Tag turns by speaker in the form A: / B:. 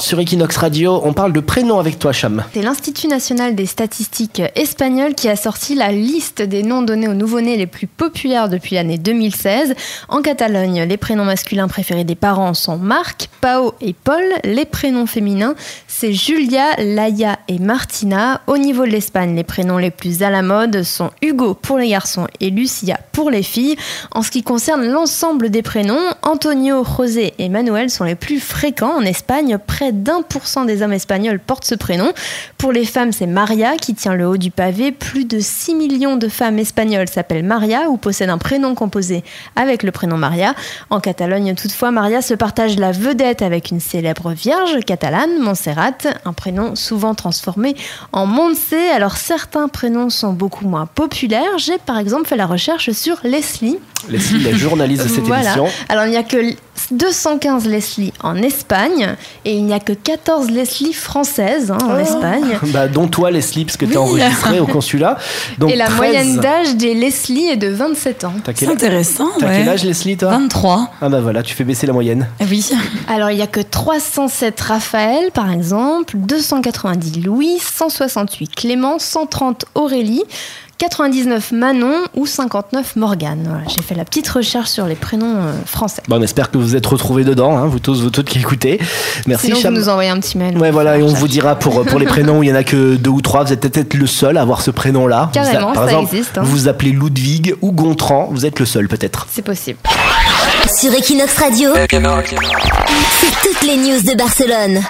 A: Sur Equinox Radio, on parle de prénoms avec toi, Cham.
B: C'est l'Institut national des statistiques espagnoles qui a sorti la liste des noms donnés aux nouveau-nés les plus populaires depuis l'année 2016. En Catalogne, les prénoms masculins préférés des parents sont Marc, Pao et Paul. Les prénoms féminins, c'est Julia, Laia et Martina. Au niveau de l'Espagne, les prénoms les plus à la mode sont Hugo pour les garçons et Lucia pour les filles. En ce qui concerne l'ensemble des prénoms, Antonio, José et Manuel sont les plus fréquents en Espagne d'un pour cent des hommes espagnols portent ce prénom. Pour les femmes, c'est Maria qui tient le haut du pavé. Plus de 6 millions de femmes espagnoles s'appellent Maria ou possèdent un prénom composé avec le prénom Maria. En Catalogne, toutefois, Maria se partage la vedette avec une célèbre vierge catalane, Montserrat, un prénom souvent transformé en Montse. Alors certains prénoms sont beaucoup moins populaires. J'ai par exemple fait la recherche sur Leslie.
A: Leslie, la journaliste de cette
B: Voilà.
A: émission.
B: Alors il n'y a que 215 Leslie en Espagne et il n'y a que 14 Leslie françaises hein, en Espagne.
A: Bah, dont toi, Leslie, parce que t'es
C: Oui.
A: enregistrée au consulat. Donc,
B: et la
A: 13.
B: moyenne d'âge des Leslie est de 27 ans.
A: T'as
C: C'est
A: quel...
C: intéressant,
A: t'as
C: ouais.
A: quel âge, Leslie, toi
C: 23.
A: Ah bah voilà, tu fais baisser la moyenne.
C: Eh Oui.
B: Alors il n'y a que 307 Raphaël par exemple, 290 Louis, 168 Clément, 130 Aurélie. 99 Manon ou 59 Morgane. Voilà, J'ai fait la petite recherche sur les prénoms euh, français.
A: Bon, on espère que vous êtes retrouvés dedans, hein, vous tous, vous toutes qui écoutez. Merci,
B: Sinon,
A: Cham.
B: vous nous envoyez un petit mail.
A: Ouais, voilà, et on vous dira pour, pour les prénoms, il y en a que deux ou trois, vous êtes peut-être le seul à avoir ce prénom-là. Vous a-
B: Carrément,
A: par
B: ça
A: exemple,
B: existe, hein.
A: Vous vous appelez Ludwig ou Gontran, vous êtes le seul peut-être.
B: C'est possible.
D: Sur Equinox Radio, c'est toutes les news de Barcelone.